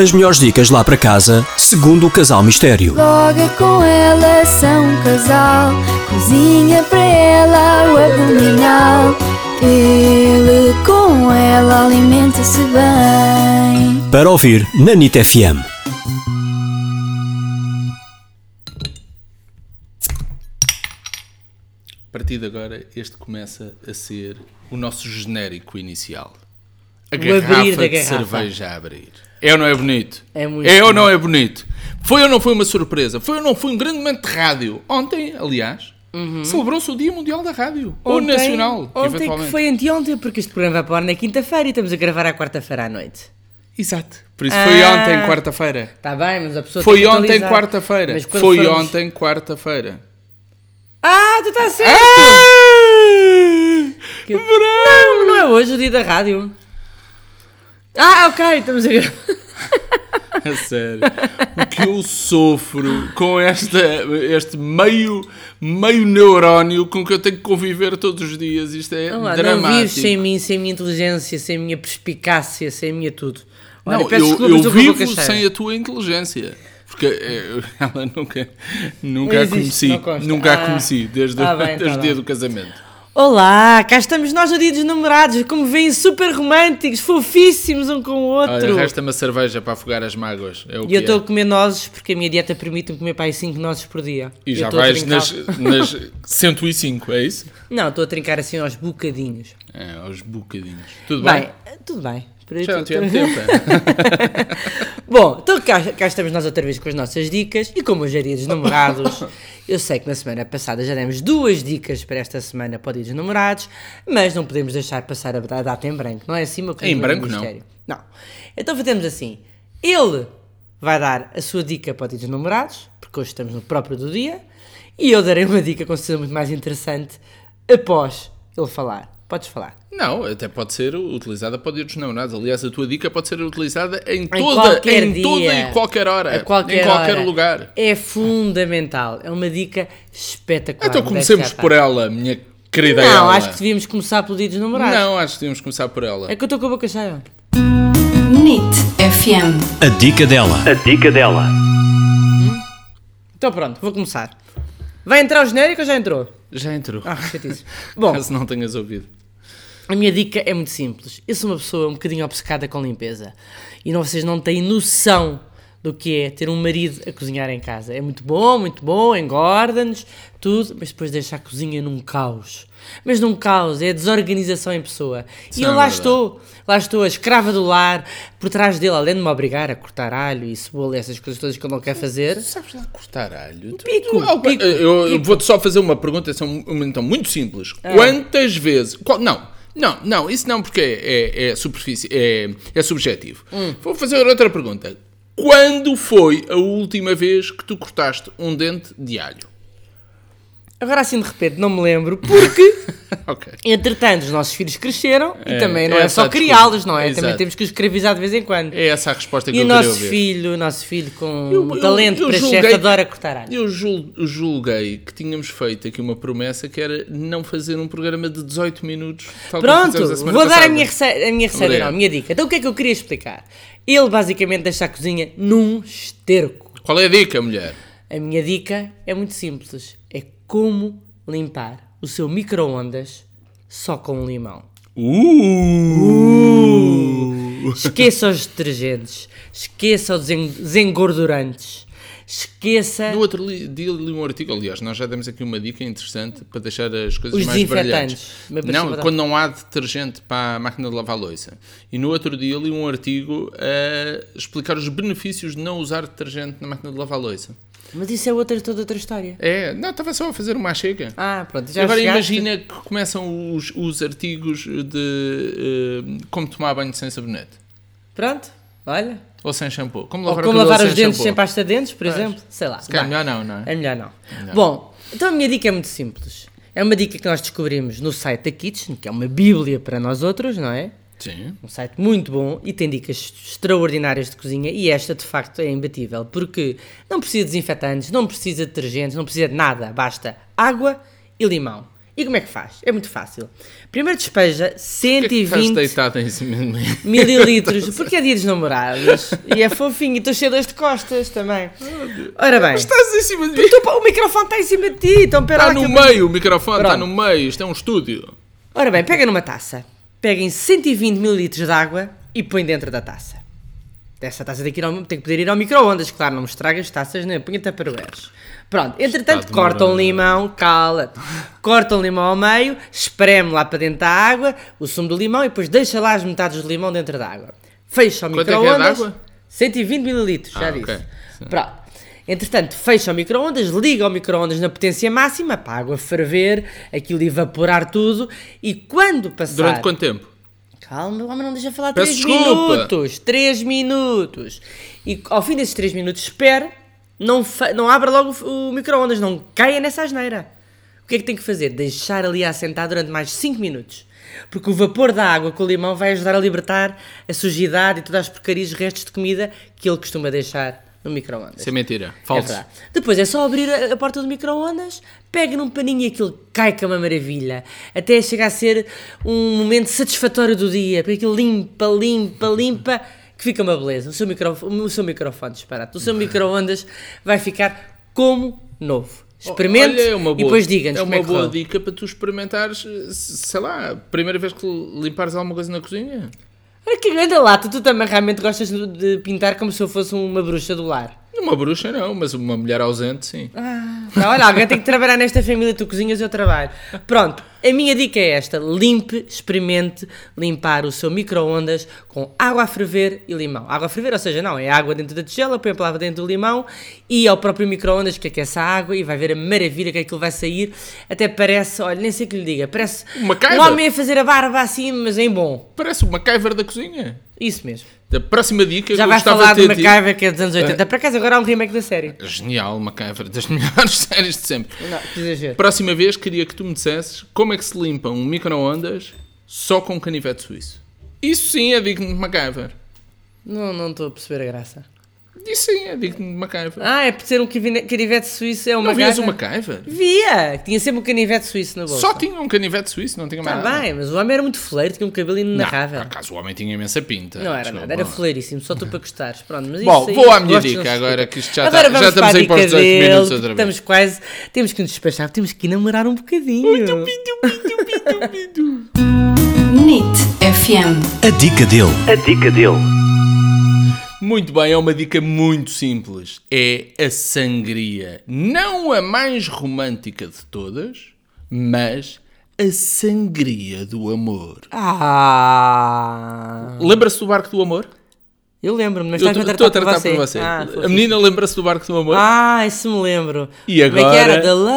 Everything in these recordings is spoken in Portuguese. As melhores dicas lá para casa, segundo o Casal Mistério. Logo com ela são um casal, cozinha para ela o abdominal. Ele com ela alimenta-se bem. Para ouvir na NIT FM. A partir de agora, este começa a ser o nosso genérico inicial. A abrir garrafa da de garrafa. cerveja a abrir. É ou não é bonito? É muito ou não é bonito? Foi ou não foi uma surpresa? Foi ou não foi um grande momento de rádio? Ontem, aliás, celebrou-se o Dia Mundial da Rádio. ou Uhum. Ontem- Nacional, Ontem eventualmente. que foi anteontem, porque este programa vai para o ar na quinta-feira e estamos a gravar à quarta-feira à noite. Exato. Por isso foi Ah. ontem, quarta-feira. Está bem, mas a pessoa Foi tem que ontem, atualizar. quarta-feira. Mas quando Foi formos- ontem, quarta-feira. Ah, tu estás certo! Ah! Que- Não, não é hoje o dia da rádio. Ah, ok, estamos a gravar. A sério. O que eu sofro com esta, este meio, meio neurónio com que eu tenho que conviver todos os dias. Isto é Não, não dramático. vives sem mim, sem a minha inteligência, sem a minha perspicácia, sem a minha tudo. Olha, Não, peço eu, desculpa, eu mas estou com a vivo boca cheia. sem a tua inteligência. Porque eh, ela nunca, nunca Não a existe, conheci. não consta. nunca Ah. a conheci desde, Ah, bem, tá desde o dia bem. do casamento. Olá, cá estamos nós no dia dos namorados, como veem, super românticos, fofíssimos um com o Olha, outro. resta-me a cerveja para afogar as mágoas. É o E eu que é. estou a comer nozes porque a minha dieta permite-me comer para aí 5 nozes por dia. E Eu já estou a vais trincar- nas, nas 105, é isso? Não, estou a trincar assim aos bocadinhos. É, aos bocadinhos. Tudo Bem, bem? tudo bem. Por aí Já não tudo- tivemos tempo. é? Bom, então cá, cá estamos nós outra vez com as nossas dicas e como hoje é dia dos namorados, eu sei que na semana passada já demos duas dicas para esta semana para o dia dos namorados, mas não podemos deixar passar a a data em branco, não é assim, meu querido Em branco, Nuno não. Mistério? Não. Então fazemos assim, ele vai dar a sua dica para o dia dos namorados, porque hoje estamos no próprio do dia, e eu darei uma dica com certeza muito mais interessante após ele falar. Podes falar. Não, até pode ser utilizada para o dia dos namorados. Aliás, a tua dica pode ser utilizada em, toda, qualquer em dia. toda e qualquer hora. A qualquer em qualquer hora. lugar. É fundamental. É uma dica espetacular. então Deve comecemos ser, pá. por ela, minha querida Não, ela. acho que devíamos começar pelo dia dos namorados. Não, acho que devíamos começar por ela. É que eu estou com a boca cheia. NIT FM. A dica dela. A dica dela. Então pronto, vou começar. Vai entrar o genérico ou já entrou? Já entrou. Ah, chatice. Bom, Caso não tenhas ouvido. a minha dica é muito simples. Eu sou uma pessoa um bocadinho obcecada com limpeza. E não, vocês não têm noção do que é ter um marido a cozinhar em casa. É muito bom, muito bom, engorda-nos, tudo, mas depois deixa a cozinha num caos. Mas num caos, é desorganização em pessoa. e é eu lá verdade. estou estou, lá estou, a escrava do lar, por trás dele, além de me obrigar a cortar alho e cebola e essas coisas todas que ele não quer fazer. Sabes lá cortar alho? Tu- Um Pico, tu- ah, pico, Ah. eu eu vou-te só fazer uma pergunta, são, um- então, muito simples. Quantas vezes... qual- não, não, não, isso não porque é, é, é superfície, é, é subjetivo. Hum. Vou fazer outra pergunta. Quando foi a última vez que tu cortaste um dente de alho? Agora assim de repente não me lembro, porque ok. entretanto os nossos filhos cresceram e É, também não é é, essa a só desculpa. criá-los, não é? Também Exato. temos que os escravizar de vez em quando. É essa a resposta que E eu o queria nosso ouvir. filho, o nosso filho com Eu- um eu- talento eu para chefe julguei- adora cortar alho. Eu jul- julguei que tínhamos feito aqui uma promessa que era não fazer um programa de 18 minutos. tal como Pronto, fizemos a semana vou dar a passada. minha, rece- a minha receita, não, Obrigado. a minha dica. Então o que é que eu queria explicar? Ele basicamente deixa a cozinha num esterco. Qual é a dica, mulher? A minha dica é muito simples: é como limpar o seu micro-ondas só com um limão. Uh! Esqueça os detergentes, esqueça os desen- desengordurantes, esqueça No outro li, dia li um artigo, aliás, nós já demos aqui uma dica interessante para deixar as coisas Os mais brilhantes. desinfetantes. Mas parece Não, verdade. quando não há detergente para a máquina de lavar louça. E no outro dia li um artigo a explicar os benefícios de não usar detergente na máquina de lavar louça. Mas isso é outra, toda outra história. É, não, estava só a fazer uma chega. Ah, pronto, E já Agora chegaste. imagina que começam os, os artigos de eh, como tomar banho sem sabonete Pronto, olha. ou sem shampoo. Como Ou lavar, o como cabelo lavar sem os dentes é shampoo. sem pasta de dentes, por exemplo. Sei lá. Se calhar Vá. melhor não, não é? É melhor não. Bom, então a minha dica é muito simples. É uma dica que nós descobrimos no site da Kitchen, que é uma bíblia para nós outros, não é? Sim. Um site muito bom e tem dicas extraordinárias de cozinha e esta de facto é imbatível porque não precisa de desinfetantes, não precisa de detergentes, não precisa de nada, basta água e limão. E como é que faz? É muito fácil. Primeiro despeja Porquê que estás 120 deitado em cima de mim? mililitros, porque é dia dos namorados. e é fofinho, e estou cheia de dores de costas também. Ora bem, Estás em cima de mim? tu, pá, o microfone está em cima de ti, então pera Está lá que tá no eu- meio, o microfone está Pronto. no meio, isto é um estúdio. Ora bem, pega numa taça, pega em 120 mililitros de água e põe dentro da taça. Essa taça tem que, ir ao, tem que poder ir ao micro-ondas, claro, não é? me estragas taças nem apanha taparoeiras. Pronto, entretanto, Está corta um demorando. limão, cala-te. Corta um limão ao meio, espreme lá para dentro da água o sumo do limão e depois deixa lá as metades do limão dentro da água. Fecha o Quanto é que é de micro-ondas. água? 120 mililitros, já Ah, disse. ok. Sim. Pronto. Tá. Entretanto, fecha o micro-ondas, liga o micro-ondas na potência máxima para a água ferver, aquilo evaporar tudo e quando passar. Durante quanto tempo? Calma, o homem não deixa falar Peço 3 desculpa. minutos. 3 minutos. E ao fim desses 3 minutos, espera, não, fa- não abra logo o, o micro-ondas, não caia nessa asneira. O que é que tem que fazer? Deixar ali assentar durante mais 5 minutos. Porque o vapor da água com o limão vai ajudar a libertar a sujidade e todas as porcarias e restos de comida que ele costuma deixar no micro-ondas. Isso é mentira. É Falso. verdade. Depois é só abrir a, a porta do micro-ondas, pega num paninho e aquilo cai que é uma maravilha. Até chega a ser um momento satisfatório do dia, porque aquilo limpa, limpa, limpa, que fica uma beleza. O seu, micro, o seu microfone disparado, o seu micro-ondas vai ficar como novo. Experimente Olha, é uma e boa- depois diga-nos É como é uma que boa correu. dica para tu experimentares, eh, sei lá, primeira vez que limpares alguma coisa na cozinha. Olha que grande lata, tu também realmente gostas de- de pintar como se eu fosse uma bruxa do lar. Uma bruxa não, mas uma mulher ausente, sim. Tá, olha, alguém tem que trabalhar nesta família, tu cozinhas, eu trabalho. Pronto, a minha dica é esta: limpe, experimente limpar o seu micro-ondas com água a ferver e limão. Água a ferver, ou seja, não, é água dentro da tigela, põe a palavra dentro do limão e ao próprio micro-ondas que aquece a água e vai ver a maravilha que aquilo vai sair. Até parece, olha, nem sei o que lhe diga, parece Uma um caiba. homem a fazer a barba assim, mas em bom. Parece o MacGyver da cozinha. Isso mesmo. A próxima dica que Já eu vai gostava falar de do ter dito- MacGyver que é dos anos 80. Por acaso agora há um remake da série. Genial, MacGyver, das melhores séries de sempre. Não, que exagero. Próxima vez queria que tu me dissesses como é que se limpa um micro-ondas só com um canivete suíço. Isso sim é digno de MacGyver. Não, não estou a perceber a graça. Isso sim é digno de MacGyver. Ah, é por ser um canive- canivete suíço, é uma não vias gaja? o MacGyver? Via! Tinha sempre um canivete suíço na bolsa. Só tinha um canivete suíço, não tinha Tá mais nada. bem, mas o homem era muito fleiro, tinha um cabelo Não, inenarrável. por Não, acaso o homem tinha imensa pinta. era Desculpa. nada, era fleiríssimo, só tu para gostares. Pronto, mas Bom, isso aí, vou à minha gostos dica não se agora, discutem. que isto já Agora está- já vamos para estamos a aí para os dica 18 minutos dele, outra que Estamos quase, temos que nos despachar, temos que ir namorar um bocadinho. NIT FM. A dica dele. Muito bem, é uma dica muito simples. É a sangria. Não a mais romântica de todas, mas a sangria do amor. Ah, Lembra-se do barco do amor? eu lembro-me, mas Eu estás estou a estou tratar, a tratar por você. Ah, a fofinho. menina lembra-se do barco do amor? Ah, isso me lembro. E Como é que era? agora? The Love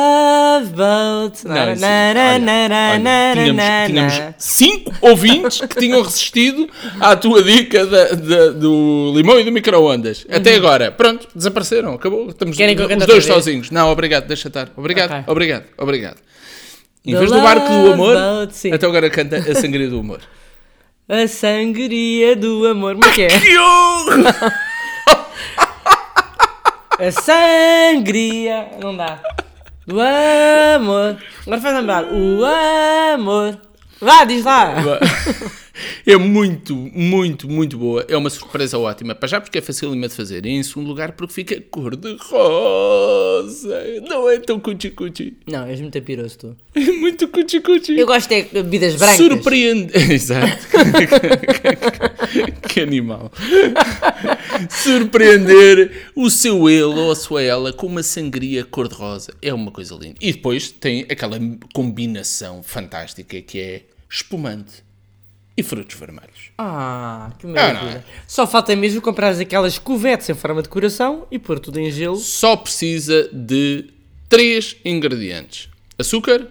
Boat. Não, isso- Na, na, olha, na, na, na, olha, na, tínhamos, na. tínhamos cinco ouvintes que tinham resistido à tua dica da- da- do limão e do micro-ondas. Até agora. Pronto, desapareceram, acabou. Estamos Uhum. Querem que eu os cante outra dois vez? sozinhos. Não, obrigado, deixa estar. Obrigado, Ok. obrigado, obrigado. Em The vez do barco do Love amor, Boat, sim. até agora canta a sangria do amor. A sangria do amor. Como é que é? Que horror! A sangria. Não dá. Do amor. Agora faz lembrar. O amor. Vá, diz lá. É muito, muito, muito boa. É uma surpresa ótima. Para já, porque é facilmente de fazer. E em segundo lugar, porque fica cor-de-rosa. Não é tão cuchi-cuchi. Não, és muito apiroso tu. É muito cuchi-cuchi. Eu gosto é de bebidas brancas. Surpreende. Exato. que animal. Surpreender o seu ele ou a sua ela com uma sangria cor-de-rosa. É uma coisa linda. E depois tem aquela combinação fantástica que é espumante e frutos vermelhos. Ah, que Ah, não maravilha. é? Só falta mesmo comprar aquelas cuvetes em forma de coração e pôr tudo em gelo. Só precisa de três ingredientes: açúcar,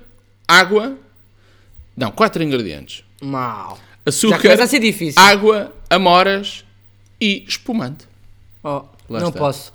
água. Não, quatro ingredientes: Mal. Já açúcar, começa a ser difícil. água, amoras e espumante. Oh, Lá não está. posso.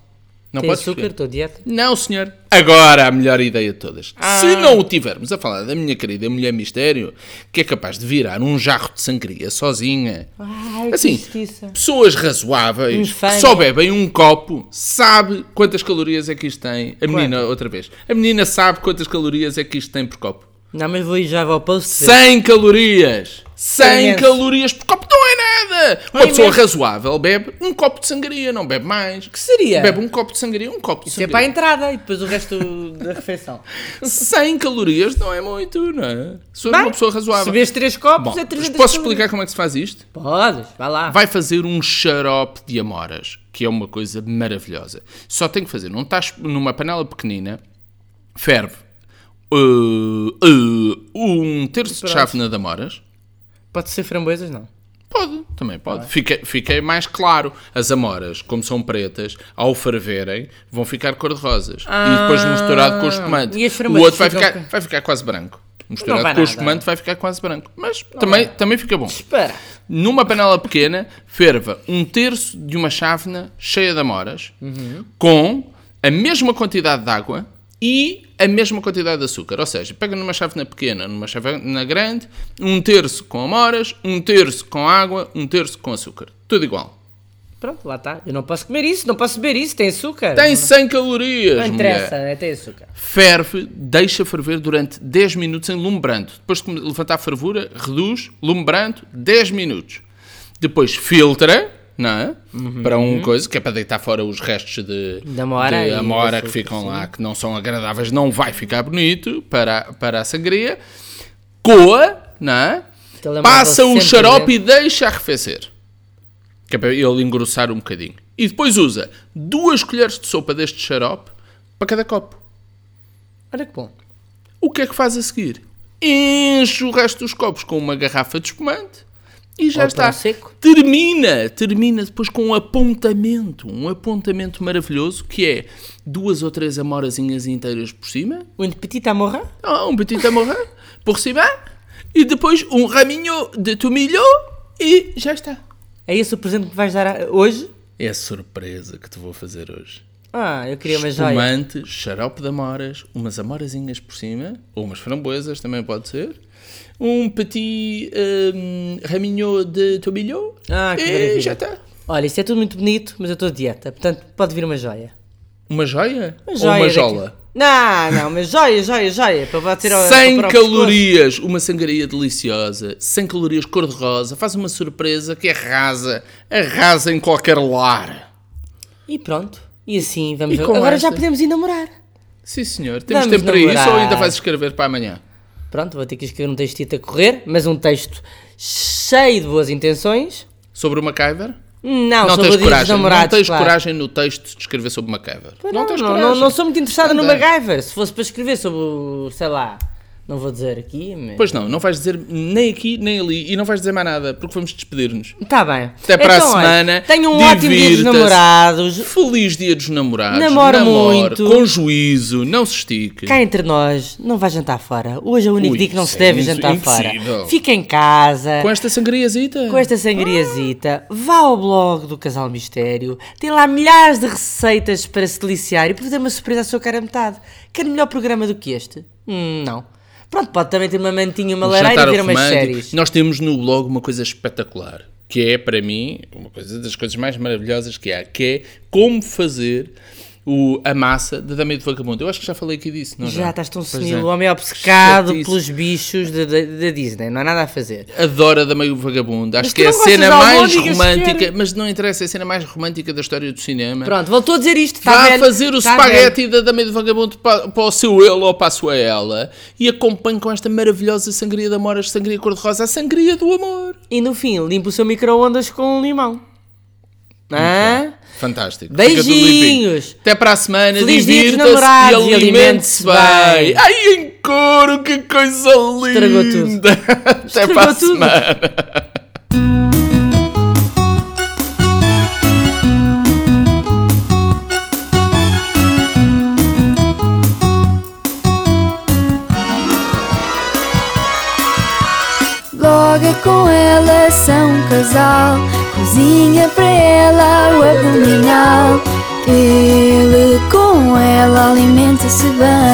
Não Tem podes açúcar, escolher. estou dieta. Não, senhor. Agora a melhor ideia de todas. Ah. Se não o tivermos a falar da minha querida mulher mistério, que é capaz de virar um jarro de sangria sozinha. Ai, Assim, justiça. pessoas razoáveis Infame. que só bebem um copo, sabe quantas calorias é que isto tem. A menina, outra vez. A menina sabe quantas calorias é que isto tem por copo. Não, mas vou ir já ao post. 100 calorias! 100 imenso. calorias por copo não é nada! Uma é pessoa imenso. razoável bebe um copo de sangria, não bebe mais. que seria? Bebe um copo de sangria, um copo de Isso é para a sangria. entrada e depois o resto da refeição. 100 calorias não é muito, não é? Sou Bem, uma pessoa Se razoável. vês 3 copos Bom, é 300 posso explicar como é que se faz isto? Podes, vai lá. Vai fazer um xarope de amoras, que é uma coisa maravilhosa. Só tem que fazer num tacho, numa panela pequenina, ferve uh, uh, um terço de chávena de amoras. Pode ser framboesas, não. Pode, também pode. é? Fica, fica mais claro. As amoras, como são pretas, ao ferverem, vão ficar cor-de-rosas. e depois misturado com os tomates. Ah, E as o framboesas outro vai ficam ficar, ca- vai ficar quase branco. Misturado vai com os nada. tomates vai ficar quase branco. Mas também, também fica bom. Espera. Numa panela pequena, ferva um terço de uma chávena cheia de amoras com a mesma quantidade de água e a mesma quantidade de açúcar. Ou seja, pega numa chávena pequena, numa chávena grande, um terço com amoras, um terço com água, um terço com açúcar. Tudo igual. Pronto, lá está. Eu não posso comer isso, não posso beber isso, tem açúcar. Tem 100 calorias, mulher. Não interessa, é, tem açúcar. Ferve, deixa ferver durante 10 minutos em lume brando. Depois de levantar a fervura, reduz, lume brando, 10 minutos. Depois filtra, não é? Uhum. Para um coisa, que é para deitar fora os restos de, De amora de e amora açúcar, que ficam lá, que não são agradáveis, não vai ficar bonito para, a- para a sangria. Coa, não é? Telemóvel Passa o Então sempre xarope e deixa arrefecer. Que é para ele engrossar um bocadinho. E depois usa duas colheres de sopa deste xarope para cada copo. Olha que bom. O que é que faz a seguir? Enche o resto dos copos com uma garrafa de espumante e já Ou está. pão seco. Termina, termina depois com um apontamento, um apontamento maravilhoso que é duas ou três amorazinhas inteiras por cima, Une petite amorra? ah, um petit amorã por cima e depois um raminho de tomilho e já está. É esse o presente que vais dar a- hoje? É a surpresa que te vou fazer hoje. Ah, eu queria uma joia. espumante, xarope de amoras, umas amorazinhas por cima, ou umas framboesas também pode ser, um petit hum, raminho de tomilho Ah, que e maravilha. já está. Olha, isso é tudo muito bonito, mas eu estou de dieta, portanto pode vir uma joia. Uma joia? Uma joia ou uma daqui- jola? Não, não, mas joia, joia, joia. Para bater ao, para 100 o calorias, uma sangria deliciosa, 100 calorias cor-de-rosa, faz uma surpresa que é arrasa, arrasa em qualquer lar. pescoço. E pronto. E assim, vamos E ver. com Agora esta? já podemos ir namorar. Sim senhor, temos Vamos tempo para isso ou namorar. ainda vais escrever para amanhã? Pronto, vou ter que escrever um textito a correr, mas um texto cheio de boas intenções. Sobre o MacGyver? Não, Não sobre tens o Dia dos coragem, não namorados, tens claro. coragem no texto de escrever sobre MacGyver. Pois não, Não, não, tens não, coragem. não sou muito interessada Não no tens. MacGyver. Se fosse para escrever sobre o, sei lá, não vou dizer aqui, mas... Pois não, não vais dizer nem aqui nem ali e não vais dizer mais nada porque vamos despedir-nos. Está bem. Até para Então, a olha, semana. Tenham um ótimo dia dos Divirta-se. namorados. Feliz dia dos namorados. Namora namore, muito. Com juízo, não se estique. Cá entre nós, não vai jantar fora. Hoje é o único Ui, dia que não isso se é deve imposs- jantar impossível. fora. Fica em casa. Com esta sangriazita. é? Com esta sangriazita, vá ao blog do Casal Mistério, tem lá milhares de receitas para se deliciar e poder dar uma surpresa à sua cara a metade. Quer melhor programa do que este? Hum, não. Pronto, pode também ter uma mantinha, uma Um lareira jantar e ver umas romântico. séries. Nós temos no blog uma coisa espetacular, que é para mim uma coisa das coisas mais maravilhosas que há, que é como fazer o, a massa da Dama e do Vagabundo. Eu acho que já falei aqui disso, não Já estás tão Pois senil, é. o homem é obcecado Chatice. pelos bichos da- da da Disney, não há nada a fazer. Adoro a da meio vagabunda. Acho tu que é a não gostas cena de mais almôndegas, romântica, Sérgio? mas não interessa, é a cena mais romântica da história do cinema. Pronto, voltou a dizer isto. Tá Vá velho, fazer o tá espaguete da Dama do Vagabundo para, para o seu ele ou para a sua ela e acompanhe com esta maravilhosa sangria de amoras, sangria cor-de-rosa, a sangria do amor. velho. E no fim, limpa o seu micro-ondas com um limão. Hã? Fantástico. Beijinhos. Fica tudo limpinho. Até para a semana. Feliz dia dos Divirta-se e namorados e alimente-se alimente-se bem. bem. Ai, em couro, que coisa linda. Estragou tudo. Até Estragou para a tudo. semana. Logo com ela são um casal, cozinha para ela o abdominal. Ele com ela alimenta-se bem.